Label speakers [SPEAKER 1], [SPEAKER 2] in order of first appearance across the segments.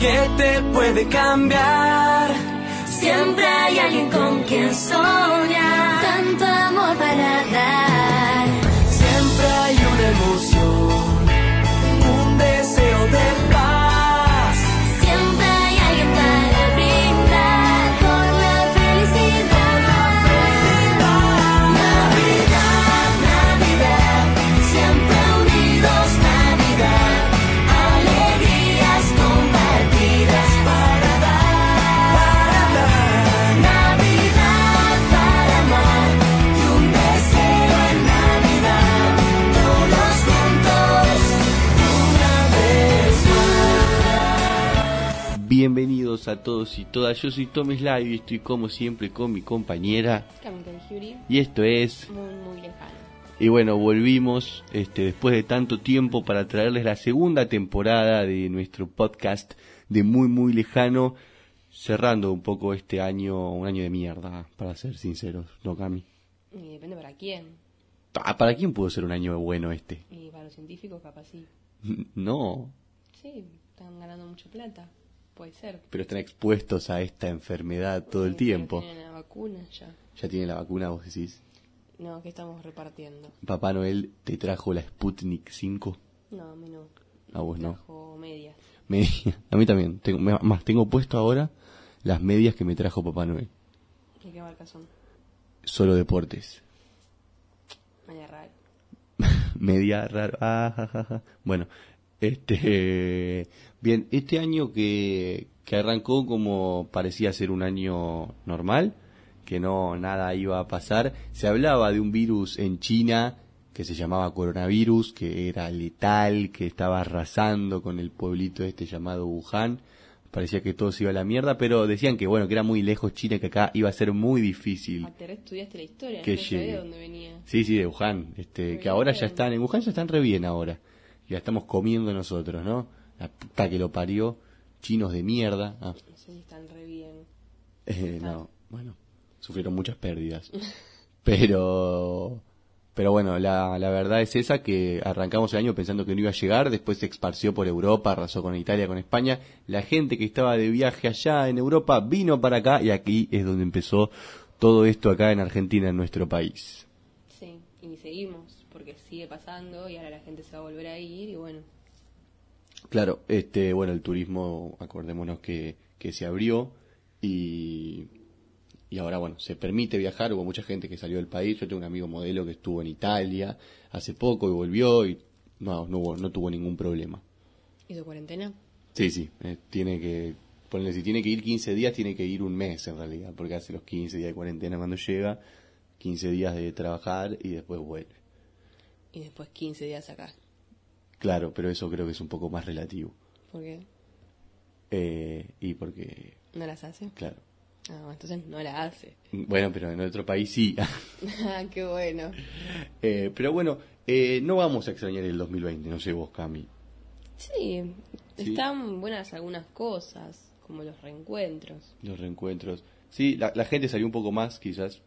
[SPEAKER 1] que te puede cambiar.
[SPEAKER 2] Siempre hay alguien con quien soñar.
[SPEAKER 3] Tanto amor para dar.
[SPEAKER 1] Siempre hay una emoción, un deseo de paz.
[SPEAKER 2] Siempre hay alguien para brindar
[SPEAKER 3] por la felicidad.
[SPEAKER 2] Navidad, Navidad, siempre unidos Navidad, alegrías compartidas para dar, Navidad para amar y un deseo en Navidad, todos juntos una vez
[SPEAKER 4] Bienvenidos a todos y todas. Yo soy Tom Slide y estoy como siempre con mi compañera.
[SPEAKER 5] Cameron Hury,
[SPEAKER 4] Y esto es.
[SPEAKER 5] muy, muy lejano.
[SPEAKER 4] Y bueno, volvimos este, después de tanto tiempo para traerles la segunda temporada de nuestro podcast de Muy Muy Lejano, cerrando un poco este año, un año de mierda, para ser sinceros, ¿no, Cami?
[SPEAKER 5] Y depende para quién.
[SPEAKER 4] Ah, ¿Para quién pudo ser un año bueno este?
[SPEAKER 5] Y para los científicos, capaz sí.
[SPEAKER 4] No,
[SPEAKER 5] Sí, están ganando mucha plata. Puede ser. Eh,
[SPEAKER 4] pero están expuestos a esta enfermedad todo el
[SPEAKER 5] Pero
[SPEAKER 4] tiempo.
[SPEAKER 5] Tienen la vacuna ya.
[SPEAKER 4] Ya tiene la vacuna, vos decís.
[SPEAKER 5] No, que estamos repartiendo.
[SPEAKER 4] Papá Noel te trajo la Sputnik 5.
[SPEAKER 5] No, a mí no.
[SPEAKER 4] A vos no.
[SPEAKER 5] Trajo medias.
[SPEAKER 4] Me- a mí también. Tengo, me- más, tengo puesto ahora las medias que me trajo Papá Noel.
[SPEAKER 5] ¿De qué marca son?
[SPEAKER 4] Solo deportes.
[SPEAKER 5] Mañana raro.
[SPEAKER 4] Media raro. Ah, ja, ja, ja. Bueno, este. Bien, este año que, que arrancó como parecía ser un año normal, que no nada iba a pasar, se hablaba de un virus en China que se llamaba coronavirus, que era letal, que estaba arrasando con el pueblito este llamado Wuhan. Parecía que todo se iba a la mierda, pero decían que bueno, que era muy lejos China, que acá iba a ser muy difícil.
[SPEAKER 5] Hasta ahora estudiaste Ah, la historia.
[SPEAKER 4] Que
[SPEAKER 5] no sabía
[SPEAKER 4] llegue.
[SPEAKER 5] de dónde venía.
[SPEAKER 4] Sí, sí, de Wuhan. Este,
[SPEAKER 5] Muy
[SPEAKER 4] que ahora ya
[SPEAKER 5] bien.
[SPEAKER 4] están, en Wuhan ya están re bien ahora. Y la estamos comiendo nosotros, ¿no? La puta que lo parió. Chinos de mierda. Ah,
[SPEAKER 5] No sé si están re bien.
[SPEAKER 4] eh, no, bueno. Sufrieron muchas pérdidas. Pero. Pero bueno, la, la verdad es esa que arrancamos el año pensando que no iba a llegar, después se esparció por Europa, arrasó con Italia, con España. La gente que estaba de viaje allá en Europa vino para acá y aquí es donde empezó todo esto acá en Argentina, en nuestro país.
[SPEAKER 5] Sí, y seguimos. Porque sigue pasando y ahora la gente se va a volver a ir y bueno.
[SPEAKER 4] Claro, este, bueno, el turismo, acordémonos que, que se abrió y, y ahora, bueno, se permite viajar. Hubo mucha gente que salió del país. Yo tengo un amigo modelo que estuvo en Italia hace poco y volvió y no, no, hubo- no tuvo ningún problema.
[SPEAKER 5] ¿Hizo cuarentena?
[SPEAKER 4] Sí, sí, eh, tiene que, ponle, si tiene que ir 15 días, tiene que ir un mes en realidad, porque hace los 15 días de cuarentena cuando llega, 15 días de trabajar y después vuelve.
[SPEAKER 5] Y después 15 días acá.
[SPEAKER 4] Claro, pero eso creo que es un poco más relativo.
[SPEAKER 5] ¿Por qué?
[SPEAKER 4] Eh, y porque,
[SPEAKER 5] ¿No las hace?
[SPEAKER 4] claro.
[SPEAKER 5] Ah, entonces no la hace.
[SPEAKER 4] Bueno, pero en otro país sí.
[SPEAKER 5] Ah, qué bueno.
[SPEAKER 4] Eh, pero bueno, eh, no vamos a extrañar el 2020, no sé vos, Cami.
[SPEAKER 5] Sí,
[SPEAKER 4] Sí.
[SPEAKER 5] están buenas algunas cosas, como los reencuentros.
[SPEAKER 4] Los reencuentros. Sí, la, la gente salió un poco más, quizás,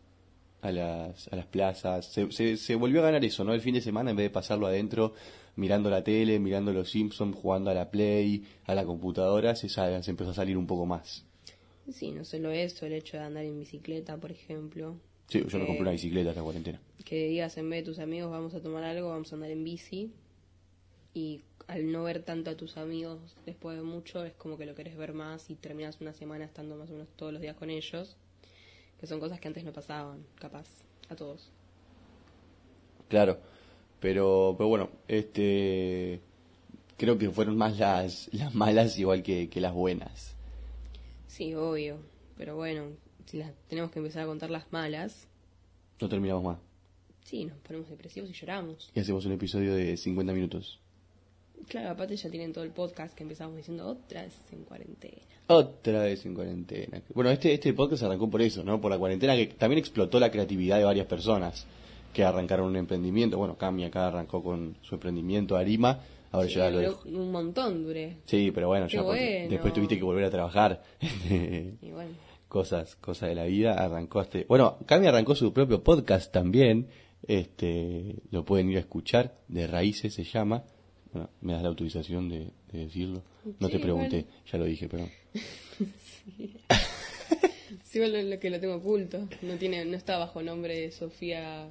[SPEAKER 4] a las, a las plazas. Se, se, se volvió a ganar eso, ¿no? El fin de semana, en vez de pasarlo adentro, mirando la tele, mirando los Simpsons, jugando a la Play, a la computadora, se, sal- se empezó a salir un poco más.
[SPEAKER 5] Sí, no solo eso, el hecho de andar en bicicleta, por ejemplo.
[SPEAKER 4] Sí, yo no
[SPEAKER 5] Eh.
[SPEAKER 4] compré una bicicleta esta cuarentena.
[SPEAKER 5] Que digas en vez de tus amigos vamos a tomar algo, vamos a andar en bici. Y al no ver tanto a tus amigos después de mucho, es como que lo querés ver más y terminas una semana estando más o menos todos los días con ellos. Que son cosas que antes no pasaban, capaz, a todos.
[SPEAKER 4] Claro, pero, pero bueno, este creo que fueron más las, las malas igual que, que las buenas.
[SPEAKER 5] Sí, obvio. Pero bueno, si las tenemos que empezar a contar las malas,
[SPEAKER 4] No terminamos más.
[SPEAKER 5] sí, nos ponemos depresivos y lloramos.
[SPEAKER 4] Y hacemos un episodio de 50 minutos.
[SPEAKER 5] Claro, aparte ya tienen todo el podcast que empezamos diciendo otras en cuarentena.
[SPEAKER 4] Otra vez en cuarentena. Bueno, este, este podcast arrancó por eso, ¿no? Por la cuarentena que también explotó la creatividad de varias personas que arrancaron un emprendimiento. Bueno, Cami acá arrancó con su emprendimiento Arima. Ahora
[SPEAKER 5] Sí,
[SPEAKER 4] ya lo
[SPEAKER 5] duró
[SPEAKER 4] dejó.
[SPEAKER 5] Un montón duré.
[SPEAKER 4] Sí, pero bueno,
[SPEAKER 5] Qué
[SPEAKER 4] ya porque
[SPEAKER 5] bueno.
[SPEAKER 4] después tuviste que volver a trabajar. Este,
[SPEAKER 5] Y bueno,
[SPEAKER 4] cosas, cosas de la vida, arrancó este, bueno, Cami arrancó su propio podcast también, este, lo pueden ir a escuchar, de raíces se llama, Bueno, me das la autorización de, de decirlo. No
[SPEAKER 5] Sí,
[SPEAKER 4] te pregunté,
[SPEAKER 5] igual.
[SPEAKER 4] ya lo dije, perdón.
[SPEAKER 5] Sí, igual lo, lo que lo tengo oculto. No tiene, no está bajo nombre de Sofía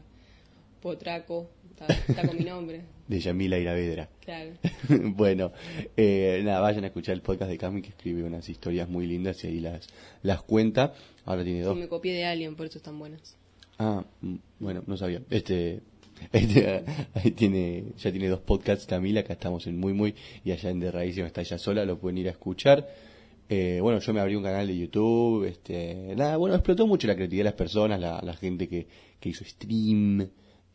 [SPEAKER 5] Potraco. Está, está con mi nombre,
[SPEAKER 4] De Yamila Iravedra.
[SPEAKER 5] claro.
[SPEAKER 4] bueno, eh, nada, vayan a escuchar el podcast de Cami que escribe unas historias muy lindas y ahí las, las cuenta. Ahora tiene
[SPEAKER 5] Sí,
[SPEAKER 4] dos.
[SPEAKER 5] me copié de alguien, por eso están buenas.
[SPEAKER 4] Ah, mm, bueno, no sabía. Este, este, ahí tiene, ya tiene dos podcasts Camila, acá estamos en Muy Muy y allá en De Raíz está ella sola, lo pueden ir a escuchar. Eh, bueno, yo me abrí un canal de YouTube, este, nada, bueno, explotó mucho la creatividad de las personas, la, la gente que, que hizo stream,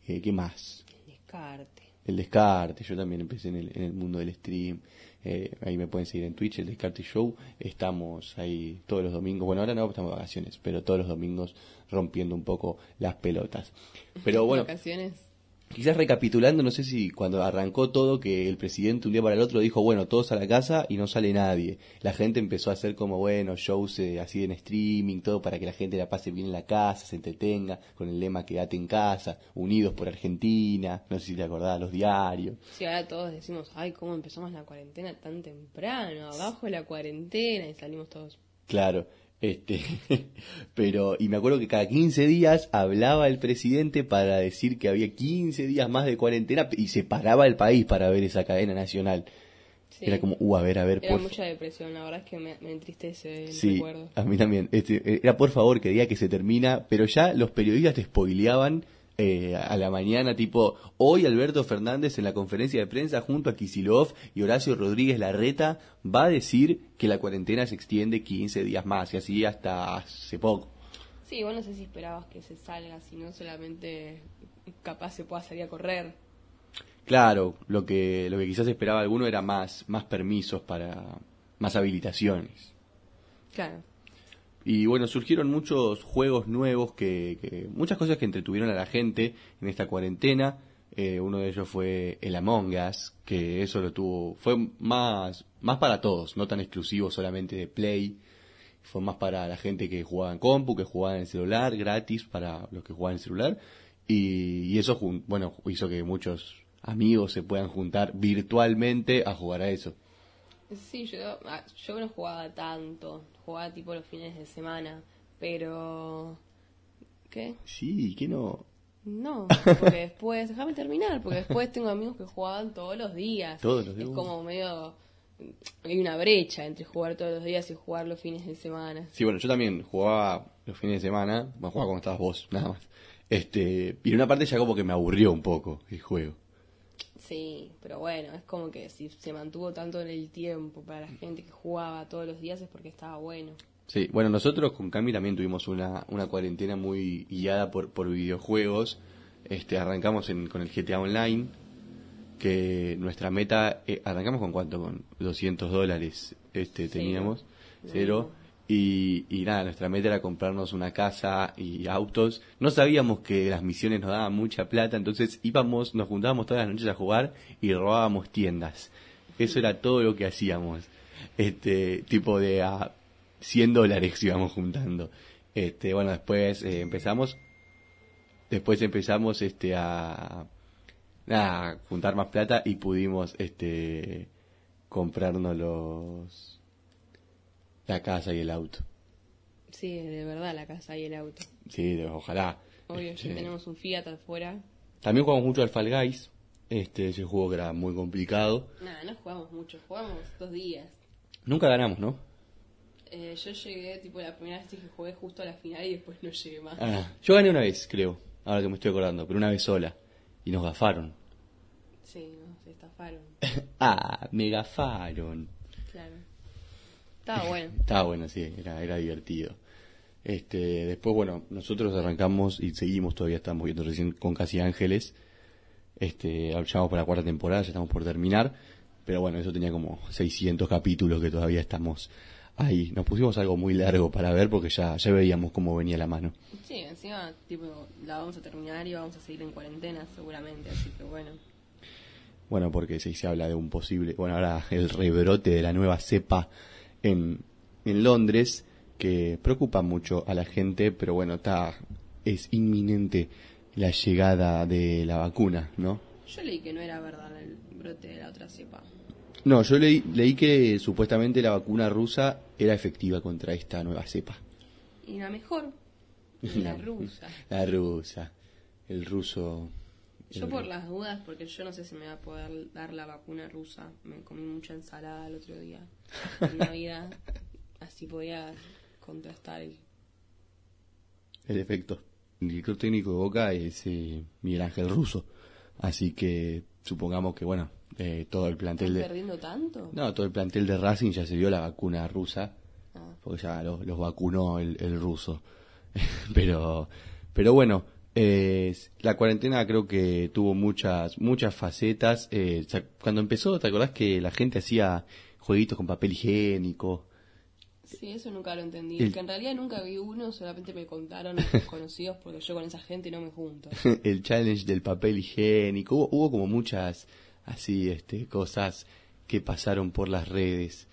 [SPEAKER 4] eh, ¿qué más?
[SPEAKER 5] Descarte.
[SPEAKER 4] El Descarte, yo también empecé en el, en el mundo del stream. Eh, ahí me pueden seguir en Twitch, el Descarte Show. Estamos ahí todos los domingos. Bueno, ahora no, porque estamos de vacaciones, pero todos los domingos rompiendo un poco las pelotas. Pero bueno,
[SPEAKER 5] Vacaciones.
[SPEAKER 4] quizás recapitulando, no sé si cuando arrancó todo, que el presidente un día para el otro dijo, bueno, todos a la casa y no sale nadie. La gente empezó a hacer como, bueno, shows eh, así en streaming, todo para que la gente la pase bien en la casa, se entretenga, con el lema quédate en casa, unidos por Argentina, no sé si te acordás, los diarios.
[SPEAKER 5] Sí, ahora todos decimos, ay, ¿cómo empezamos la cuarentena tan temprano? Abajo de la cuarentena y salimos todos.
[SPEAKER 4] Claro, este, pero, y me acuerdo que cada 15 días hablaba el presidente para decir que había 15 días más de cuarentena y se paraba el país para ver esa cadena nacional.
[SPEAKER 5] Sí.
[SPEAKER 4] Era como, uh, a ver, a ver,
[SPEAKER 5] Era
[SPEAKER 4] por
[SPEAKER 5] mucha depresión, la verdad es que me, me entristece el
[SPEAKER 4] Sí,
[SPEAKER 5] recuerdo.
[SPEAKER 4] a mí también. Este, eh, era por favor que diga que se termina, pero ya los periodistas te spoileaban eh, a la mañana, tipo, hoy Alberto Fernández en la conferencia de prensa junto a Kisilov y Horacio Rodríguez Larreta va a decir que la cuarentena se extiende 15 días más y así hasta hace poco.
[SPEAKER 5] Sí, vos no sé si esperabas que se salga, sino solamente capaz se pueda salir a correr.
[SPEAKER 4] Claro, lo que, lo que quizás esperaba alguno era más, más permisos para más habilitaciones.
[SPEAKER 5] Claro.
[SPEAKER 4] Y bueno, surgieron muchos juegos nuevos, que, que- muchas cosas que entretuvieron a la gente en esta cuarentena. Eh, uno de ellos fue el Among Us, que eso lo tuvo, fue más, más para todos, no tan exclusivo solamente de Play. Fue más para la gente que jugaba en compu, que jugaba en el celular, gratis para los que jugaban en el celular. Y, y eso, jun- bueno, hizo que muchos amigos se puedan juntar virtualmente a jugar a eso.
[SPEAKER 5] Sí, yo, ah, yo no jugaba tanto, jugaba tipo los fines de semana, pero... ¿Qué?
[SPEAKER 4] Sí, que no?
[SPEAKER 5] No, porque después, déjame terminar, porque después tengo amigos que jugaban todos los días.
[SPEAKER 4] Todos los días.
[SPEAKER 5] Es como medio... Hay una brecha entre jugar todos los días y jugar los fines de semana.
[SPEAKER 4] Sí, bueno, yo también jugaba los fines de semana, bueno, jugaba cuando estabas vos, nada más. Este, y en una parte ya como que me aburrió un poco el juego.
[SPEAKER 5] Sí, pero bueno, es como que si se mantuvo tanto en el tiempo para la gente que jugaba todos los días es porque estaba bueno.
[SPEAKER 4] Sí, bueno, nosotros con Cami también tuvimos una, una cuarentena muy guiada por, por videojuegos. Este, arrancamos en- con el GTA Online, que nuestra meta, eh, arrancamos con cuánto, con 200 dólares este,
[SPEAKER 5] Cero.
[SPEAKER 4] teníamos,
[SPEAKER 5] No.
[SPEAKER 4] cero. Y, y nada, nuestra meta era comprarnos una casa y autos. No sabíamos que las misiones nos daban mucha plata, entonces íbamos, nos juntábamos todas las noches a jugar y robábamos tiendas. Eso era todo lo que hacíamos. Este tipo de a 100 dólares íbamos juntando. Este, bueno, después eh, empezamos después empezamos este a, nada, a juntar más plata y pudimos este comprarnos los la casa y el auto
[SPEAKER 5] Sí, de verdad la casa y el auto.
[SPEAKER 4] sí de- ojalá
[SPEAKER 5] Obvio,
[SPEAKER 4] Este,
[SPEAKER 5] ya tenemos un Fiat afuera.
[SPEAKER 4] también jugamos mucho al Fall Guys este ese juego que era muy complicado
[SPEAKER 5] Nada, no jugamos mucho, jugamos dos días.
[SPEAKER 4] nunca ganamos no
[SPEAKER 5] Eh, yo llegué, tipo, la primera vez que jugué justo a la final y después no llegué más.
[SPEAKER 4] Ah, yo gané una vez creo ahora que me estoy acordando pero una vez sola y nos gafaron
[SPEAKER 5] Sí, nos estafaron,
[SPEAKER 4] ah me gafaron
[SPEAKER 5] claro. Estaba bueno.
[SPEAKER 4] Estaba bueno, sí, era, era divertido. Este, después, bueno, nosotros arrancamos y seguimos, todavía estamos viendo recién con Casi Ángeles. Este, ahora ya vamos para la cuarta temporada, ya estamos por terminar. Pero bueno, eso tenía como 600 capítulos que todavía estamos ahí. Nos pusimos algo muy largo para ver porque ya, ya veíamos cómo venía la mano.
[SPEAKER 5] Sí, encima, tipo, la vamos a terminar y vamos a seguir en cuarentena seguramente, así que bueno.
[SPEAKER 4] Bueno, porque si se habla de un posible, bueno, ahora el rebrote de la nueva cepa en, en Londres, que preocupa mucho a la gente, pero bueno, está, es inminente la llegada de la vacuna, ¿no?
[SPEAKER 5] Yo leí que no era verdad el brote de la otra cepa.
[SPEAKER 4] No, yo leí, leí que supuestamente la vacuna rusa era efectiva contra esta nueva cepa.
[SPEAKER 5] Y la mejor, la rusa.
[SPEAKER 4] La rusa. El ruso.
[SPEAKER 5] Yo por las dudas, porque yo no sé si me va a poder dar la vacuna rusa. Me comí mucha ensalada el otro día. En Navidad. Así podía contrastar el...
[SPEAKER 4] El efecto. El director técnico de Boca es eh, Miguel Ángel Russo. Así que supongamos que, bueno, eh, todo el plantel
[SPEAKER 5] ¿Estás
[SPEAKER 4] de...
[SPEAKER 5] perdiendo tanto?
[SPEAKER 4] No, todo el plantel de Racing ya se dio la vacuna rusa,
[SPEAKER 5] Ah.
[SPEAKER 4] porque ya lo- los, vacunó el, el ruso. pero, pero bueno, eh, la cuarentena creo que tuvo muchas, muchas facetas. Eh, sa- cuando empezó, ¿te acordás que la gente hacía jueguitos con papel higiénico?
[SPEAKER 5] Sí, eso nunca lo entendí.
[SPEAKER 4] El-
[SPEAKER 5] Que en realidad nunca vi uno, solamente me contaron los conocidos porque yo con esa gente no me junto.
[SPEAKER 4] el challenge del papel higiénico. Hubo, hubo como muchas así este, cosas que pasaron por las redes.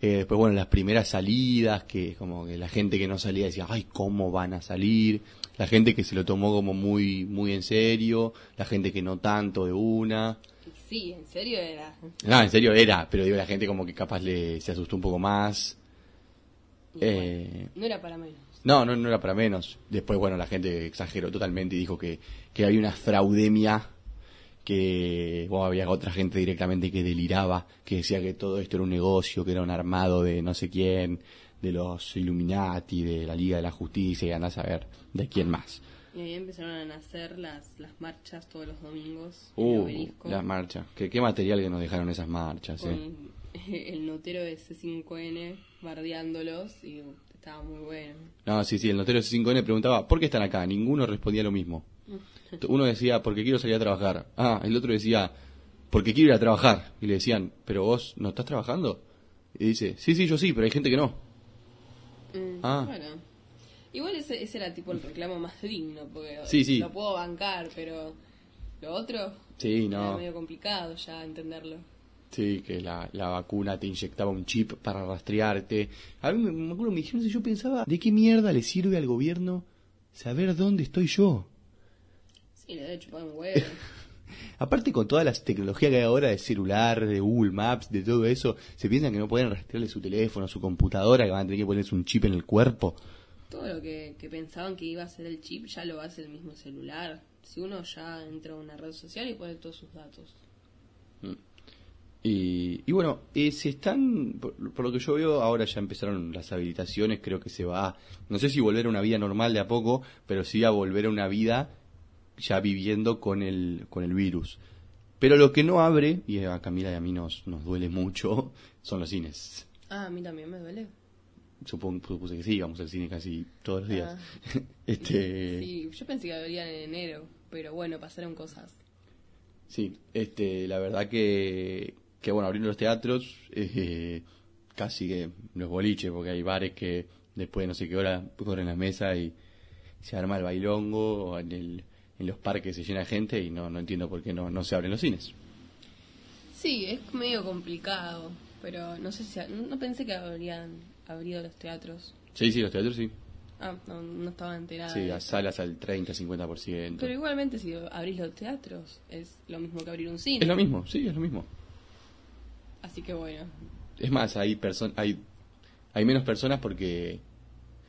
[SPEAKER 4] Eh, después, bueno, las primeras salidas, que como que la gente que no salía decía, ay, ¿cómo van a salir? La gente que se lo tomó como muy, muy en serio, la gente que no tanto de una.
[SPEAKER 5] Y sí, en serio era.
[SPEAKER 4] No, en serio era, pero digo, la gente como que capaz le, se asustó un poco más.
[SPEAKER 5] Y
[SPEAKER 4] Eh,
[SPEAKER 5] bueno, no era para menos.
[SPEAKER 4] No, no, no era para menos. Después, bueno, la gente exageró totalmente y dijo que, que había una fraudemia, que bueno, había otra gente directamente que deliraba, que decía que todo esto era un negocio, que era un armado de no sé quién, de los Illuminati, de la Liga de la Justicia, y andás a ver de quién más.
[SPEAKER 5] Y ahí empezaron a nacer las, las marchas todos los domingos. en el
[SPEAKER 4] Uh,
[SPEAKER 5] obelisco,
[SPEAKER 4] las marchas. ¿Qué, qué material que nos dejaron esas marchas, eh.
[SPEAKER 5] Con el notero de C5N bardeándolos y estaba muy bueno.
[SPEAKER 4] No, sí, sí, el notero C5N preguntaba, ¿por qué están acá? Ninguno respondía lo mismo. Uno decía, porque quiero salir a trabajar. Ah, el otro decía, porque quiero ir a trabajar. Y le decían, ¿pero vos no estás trabajando? Y dice, sí, sí, yo sí, pero hay gente que no.
[SPEAKER 5] Mm,
[SPEAKER 4] Ah.
[SPEAKER 5] Bueno. Igual ese, ese era tipo el reclamo más digno, porque
[SPEAKER 4] Sí, sí.
[SPEAKER 5] lo puedo bancar, pero lo otro
[SPEAKER 4] Sí,
[SPEAKER 5] era
[SPEAKER 4] no.
[SPEAKER 5] medio complicado ya entenderlo.
[SPEAKER 4] Sí, que la, la vacuna te inyectaba un chip para rastrearte. A mí me, me acuerdo, me dijeron, si yo pensaba, ¿de qué mierda le sirve al gobierno saber dónde estoy yo?
[SPEAKER 5] Sí, le he chupado un huevo.
[SPEAKER 4] Aparte con todas las tecnologías que hay ahora de celular, de Google Maps, de todo eso, se piensan que no pueden rastrearle su teléfono, su computadora, que van a tener que ponerse un chip en el cuerpo.
[SPEAKER 5] Todo lo que, que pensaban que iba a ser el chip ya lo hace el mismo celular. Si uno ya entra a una red social y pone todos sus datos.
[SPEAKER 4] Y, y bueno, eh, se están, por, por lo que yo veo, ahora ya empezaron las habilitaciones, creo que se va, no sé si volver a una vida normal de a poco, pero sí a volver a una vida ya viviendo con el, con el virus. Pero lo que no abre, y a Camila y a mí nos, nos duele mucho, son los cines.
[SPEAKER 5] Ah, a mí también me duele.
[SPEAKER 4] Supongo, supuse que sí, íbamos al cine casi todos los días. este, sí.
[SPEAKER 5] Sí, yo pensé que abrían en enero, pero bueno, pasaron cosas.
[SPEAKER 4] este, la verdad que, que bueno, abriendo los teatros, eh, casi que los boliches, porque hay bares que después de no sé qué hora corren las mesas y se arma el bailongo, o en, el, en los parques se llena de gente y no, no entiendo por qué no, no se abren los cines.
[SPEAKER 5] Sí, es medio complicado, pero no sé si... No pensé que habrían abrido los teatros.
[SPEAKER 4] Sí, sí, los teatros sí.
[SPEAKER 5] Ah, no, no estaba enterada.
[SPEAKER 4] Sí,
[SPEAKER 5] de
[SPEAKER 4] las
[SPEAKER 5] eso.
[SPEAKER 4] salas al 30, 50%.
[SPEAKER 5] Ah, Pero igualmente si abrís los teatros es lo mismo que abrir un cine.
[SPEAKER 4] Es lo mismo, sí, es lo mismo.
[SPEAKER 5] Así que bueno,
[SPEAKER 4] Es más, hay, perso- hay, hay menos personas porque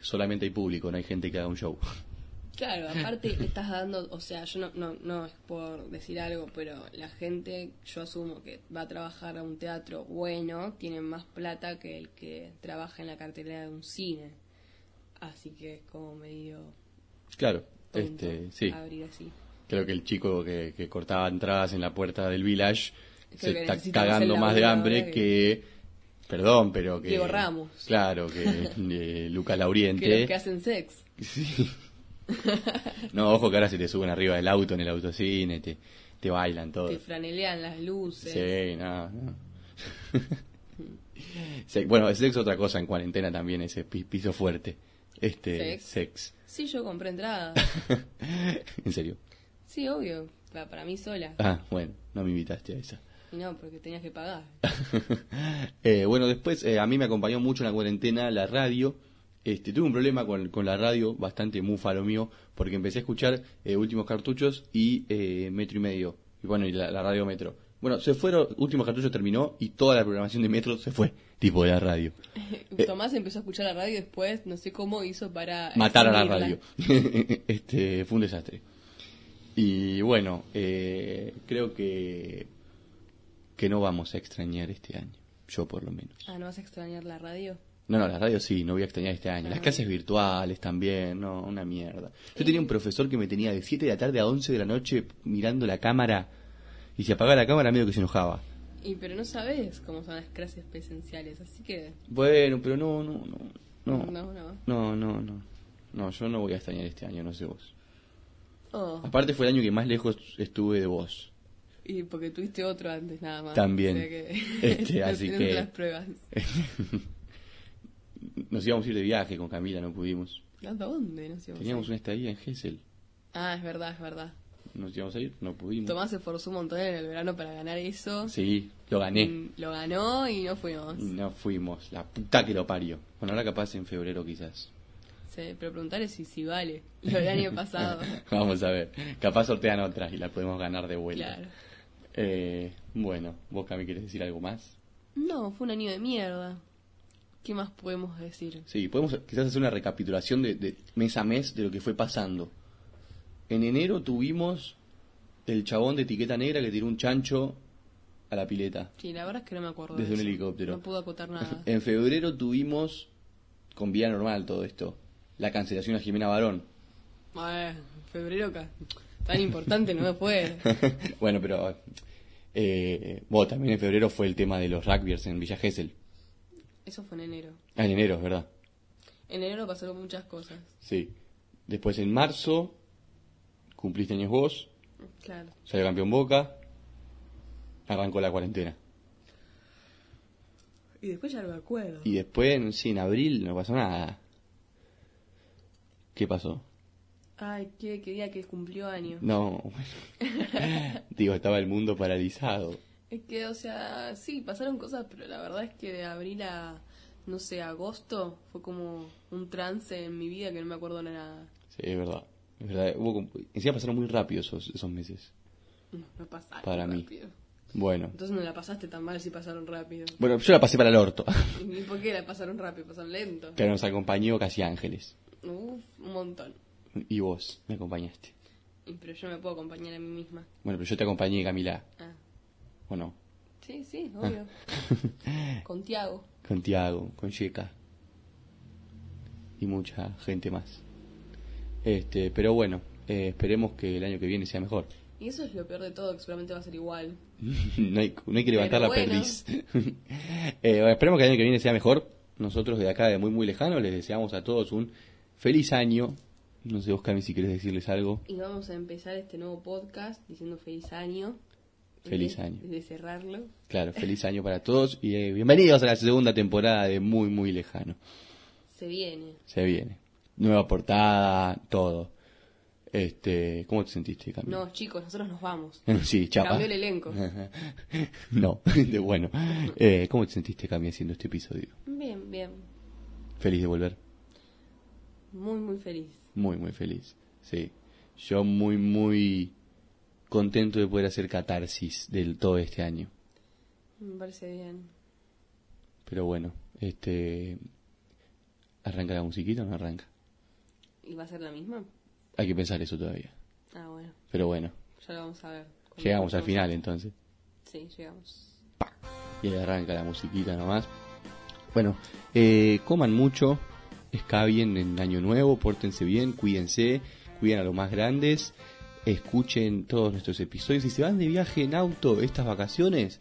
[SPEAKER 4] solamente hay público, no hay gente que haga un show.
[SPEAKER 5] claro, aparte estás dando, o sea, yo no, no, no es por decir algo, pero la gente, yo asumo que va a trabajar a un teatro bueno, tiene más plata que el que trabaja en la cartelera de un cine. Así que es como medio...
[SPEAKER 4] Claro,
[SPEAKER 5] tonto
[SPEAKER 4] este, sí.
[SPEAKER 5] Abrir así.
[SPEAKER 4] Creo que el chico que, que cortaba entradas en la puerta del village
[SPEAKER 5] Creo
[SPEAKER 4] se
[SPEAKER 5] que
[SPEAKER 4] está
[SPEAKER 5] necesita
[SPEAKER 4] cagando
[SPEAKER 5] hacer
[SPEAKER 4] más de
[SPEAKER 5] laburo
[SPEAKER 4] hambre que...
[SPEAKER 5] ahora que-
[SPEAKER 4] Perdón, pero que.
[SPEAKER 5] Diego Ramos.
[SPEAKER 4] Claro, que eh, Lucas
[SPEAKER 5] Que
[SPEAKER 4] Lauriente.
[SPEAKER 5] los que hacen sex.
[SPEAKER 4] Sí. No, ojo que ahora se te suben arriba del auto en el autocine, te, te bailan todo.
[SPEAKER 5] Que franelean las luces.
[SPEAKER 4] Pues. Sí, no, no. Se- bueno, el sexo es otra cosa en cuarentena también, ese pi- piso fuerte. Este,
[SPEAKER 5] Sex.
[SPEAKER 4] sex.
[SPEAKER 5] Sí, yo compré entradas.
[SPEAKER 4] en serio.
[SPEAKER 5] Sí, obvio. pa- Para mí sola.
[SPEAKER 4] Ah, bueno, no me invitaste a esa.
[SPEAKER 5] Y no, porque tenías que pagar.
[SPEAKER 4] Eh, bueno, después eh, a mí me acompañó mucho en la cuarentena la radio. Este, tuve un problema con, con la radio, bastante mufa lo mío, porque empecé a escuchar eh, Últimos Cartuchos y eh, Metro y Medio. y bueno, y la, la radio Metro. Bueno, se fueron, último cartucho terminó y toda la programación de Metro se fue, tipo de la radio. Eh,
[SPEAKER 5] Tomás empezó a escuchar la radio después, no sé cómo hizo para...
[SPEAKER 4] matar a la
[SPEAKER 5] extinguirla.
[SPEAKER 4] radio. este fue un desastre. Y bueno, eh, creo que que no vamos a extrañar este año, yo por lo menos.
[SPEAKER 5] Ah, ¿no vas a extrañar la radio?
[SPEAKER 4] No, no, las radios sí, no voy a extrañar este año. Las clases virtuales también, no, una mierda. Yo tenía un profesor que me tenía de 7 de la tarde a 11 de la noche mirando la cámara y si apagaba la cámara medio que se enojaba.
[SPEAKER 5] Y pero no sabes cómo son las clases presenciales, así que...
[SPEAKER 4] Bueno, pero no, no, no, no.
[SPEAKER 5] No, no.
[SPEAKER 4] No, no, no. No, yo no voy a extrañar este año, no sé vos.
[SPEAKER 5] Oh,
[SPEAKER 4] Aparte fue el año que más lejos estuve de vos.
[SPEAKER 5] y porque tuviste otro antes nada más.
[SPEAKER 4] También.
[SPEAKER 5] O sea que-
[SPEAKER 4] Este,
[SPEAKER 5] no
[SPEAKER 4] así
[SPEAKER 5] tenés
[SPEAKER 4] que-
[SPEAKER 5] las pruebas.
[SPEAKER 4] Nos íbamos a ir de viaje con Camila, no pudimos.
[SPEAKER 5] ¿A dónde nos íbamos a
[SPEAKER 4] Teníamos
[SPEAKER 5] ir?
[SPEAKER 4] una estadía en Gessel.
[SPEAKER 5] Ah, es verdad, es verdad.
[SPEAKER 4] Nos íbamos a ir, no pudimos.
[SPEAKER 5] Tomás se esforzó un montón en el verano para ganar eso.
[SPEAKER 4] Sí, lo gané.
[SPEAKER 5] Mm, Lo ganó y no fuimos.
[SPEAKER 4] No fuimos, la puta que lo parió. Bueno, ahora capaz en febrero quizás.
[SPEAKER 5] Sí, pero preguntarle si, si vale. Lo del año pasado.
[SPEAKER 4] Vamos a ver, capaz sortean otras y la podemos ganar de vuelta.
[SPEAKER 5] claro.
[SPEAKER 4] Eh, bueno, vos Cami, ¿quieres decir algo más?
[SPEAKER 5] No, fue un año de mierda. ¿Qué más podemos decir?
[SPEAKER 4] Sí, podemos quizás hacer una recapitulación de, de mes a mes de lo que fue pasando. En enero tuvimos el chabón de etiqueta negra que tiró un chancho a la pileta.
[SPEAKER 5] Sí, la verdad es que no me acuerdo.
[SPEAKER 4] Desde
[SPEAKER 5] de
[SPEAKER 4] un
[SPEAKER 5] eso.
[SPEAKER 4] helicóptero.
[SPEAKER 5] No pudo acotar nada.
[SPEAKER 4] En febrero tuvimos, con vía normal todo esto, la cancelación a Jimena Barón.
[SPEAKER 5] A ver, febrero ca- tan importante no me fue.
[SPEAKER 4] bueno, pero eh, bueno, también en febrero fue el tema de los rugbyers en Villa Gesell.
[SPEAKER 5] Eso fue en enero.
[SPEAKER 4] Ah, en enero, es verdad.
[SPEAKER 5] En enero pasaron muchas cosas.
[SPEAKER 4] Sí. Después en marzo cumpliste años vos,
[SPEAKER 5] Claro.
[SPEAKER 4] salió campeón Boca, arrancó la cuarentena.
[SPEAKER 5] Y después ya no me acuerdo.
[SPEAKER 4] Y después, en, sí, en abril no pasó nada. ¿Qué pasó?
[SPEAKER 5] Ay, qué, qué día que cumplió año.
[SPEAKER 4] No, bueno. Digo, estaba el mundo paralizado.
[SPEAKER 5] Es que, o sea, sí, pasaron cosas, pero la verdad es que de abril a, no sé, agosto fue como un trance en mi vida que no me acuerdo nada.
[SPEAKER 4] Sí, es verdad. Es verdad. Hubo como- encima pasaron muy rápido esos, esos meses.
[SPEAKER 5] No, no pasaron
[SPEAKER 4] Para mí.
[SPEAKER 5] rápido.
[SPEAKER 4] Bueno.
[SPEAKER 5] Entonces no la pasaste tan mal si pasaron rápido.
[SPEAKER 4] Bueno, yo la pasé para el orto.
[SPEAKER 5] ¿Y por qué la pasaron rápido? Pasaron lento.
[SPEAKER 4] Pero nos acompañó Casi Ángeles.
[SPEAKER 5] Uf, un montón.
[SPEAKER 4] Y vos me acompañaste.
[SPEAKER 5] Y- Pero yo no me puedo acompañar a mí misma.
[SPEAKER 4] Bueno, pero yo te acompañé, Camila.
[SPEAKER 5] Ah.
[SPEAKER 4] ¿O no?
[SPEAKER 5] Sí, sí,
[SPEAKER 4] Ah.
[SPEAKER 5] obvio. Con Tiago.
[SPEAKER 4] Con Tiago, con Checa. Y mucha gente más. Este, pero bueno, eh, esperemos que el año que viene sea mejor.
[SPEAKER 5] Y eso es lo peor de todo, que seguramente va a ser igual.
[SPEAKER 4] no, hay, no hay que levantar
[SPEAKER 5] Pero
[SPEAKER 4] la
[SPEAKER 5] bueno.
[SPEAKER 4] perdiz. Eh, esperemos que el año que viene sea mejor. Nosotros de acá, de muy muy lejano, les deseamos a todos un feliz año. No sé, Oscar, si quieres decirles algo.
[SPEAKER 5] Y vamos a empezar este nuevo podcast diciendo feliz año.
[SPEAKER 4] Feliz
[SPEAKER 5] Antes
[SPEAKER 4] año.
[SPEAKER 5] De cerrarlo.
[SPEAKER 4] Claro, feliz año para todos y eh, bienvenidos a la segunda temporada de Muy Muy Lejano.
[SPEAKER 5] Se viene.
[SPEAKER 4] Se viene. Nueva portada, todo. Este, ¿Cómo te sentiste, Camila?
[SPEAKER 5] No, chicos, nosotros nos vamos.
[SPEAKER 4] Sí, chapa.
[SPEAKER 5] Cambió el elenco.
[SPEAKER 4] Eh. no, de bueno. Eh, ¿Cómo te sentiste, Cami, haciendo este episodio?
[SPEAKER 5] Bien, bien.
[SPEAKER 4] Feliz de volver.
[SPEAKER 5] Muy, muy feliz.
[SPEAKER 4] Muy, muy feliz. Sí. Yo muy, muy contento de poder hacer catarsis del todo este año.
[SPEAKER 5] Me parece bien.
[SPEAKER 4] Pero bueno, este. ¿Arranca la musiquita o no arranca?
[SPEAKER 5] ¿Y va a ser la misma?
[SPEAKER 4] Hay que pensar eso todavía.
[SPEAKER 5] Ah, bueno.
[SPEAKER 4] Pero bueno,
[SPEAKER 5] Ya lo vamos a ver. Cuando
[SPEAKER 4] llegamos al
[SPEAKER 5] empecemos.
[SPEAKER 4] final entonces.
[SPEAKER 5] Sí, llegamos.
[SPEAKER 4] Y ahí arranca la musiquita nomás. Bueno, eh, coman mucho, escabien en Año Nuevo, pórtense bien, cuídense, cuiden a los más grandes, escuchen todos nuestros episodios. Si se van de viaje en auto estas vacaciones,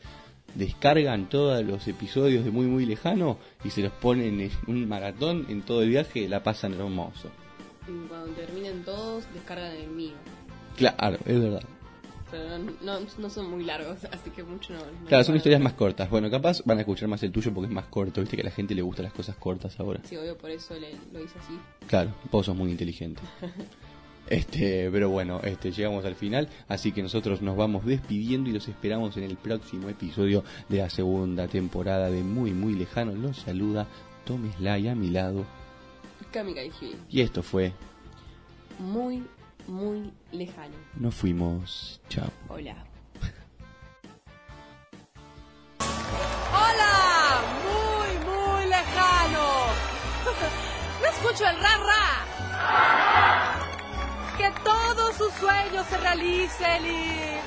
[SPEAKER 4] descargan todos los episodios de muy muy lejano y se los ponen en un maratón en todo el viaje, la pasan hermoso.
[SPEAKER 5] Y cuando terminen todos, descargan el mío.
[SPEAKER 4] Claro, es verdad.
[SPEAKER 5] Pero no, no, no son muy largos, así que mucho no. no
[SPEAKER 4] Claro, son
[SPEAKER 5] recuerdo.
[SPEAKER 4] historias más cortas. Bueno, capaz van a escuchar más el tuyo porque es más corto. Viste que a la gente le gustan las cosas cortas ahora.
[SPEAKER 5] Sí, obvio, por eso le- lo hice así.
[SPEAKER 4] Claro, vos sos muy inteligente. Este, pero bueno, este, llegamos al final, así que nosotros nos vamos despidiendo y los esperamos en el próximo episodio de la segunda temporada de Muy Muy Lejano. Los saluda Tom Sly a mi lado.
[SPEAKER 5] Cami Kaifi.
[SPEAKER 4] Y esto fue,
[SPEAKER 5] Muy, muy lejano.
[SPEAKER 4] nos fuimos, chao.
[SPEAKER 5] Hola.
[SPEAKER 6] escucho el ra ra. Que todos sus sueños se realicen y...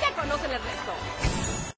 [SPEAKER 6] ya conocen el resto.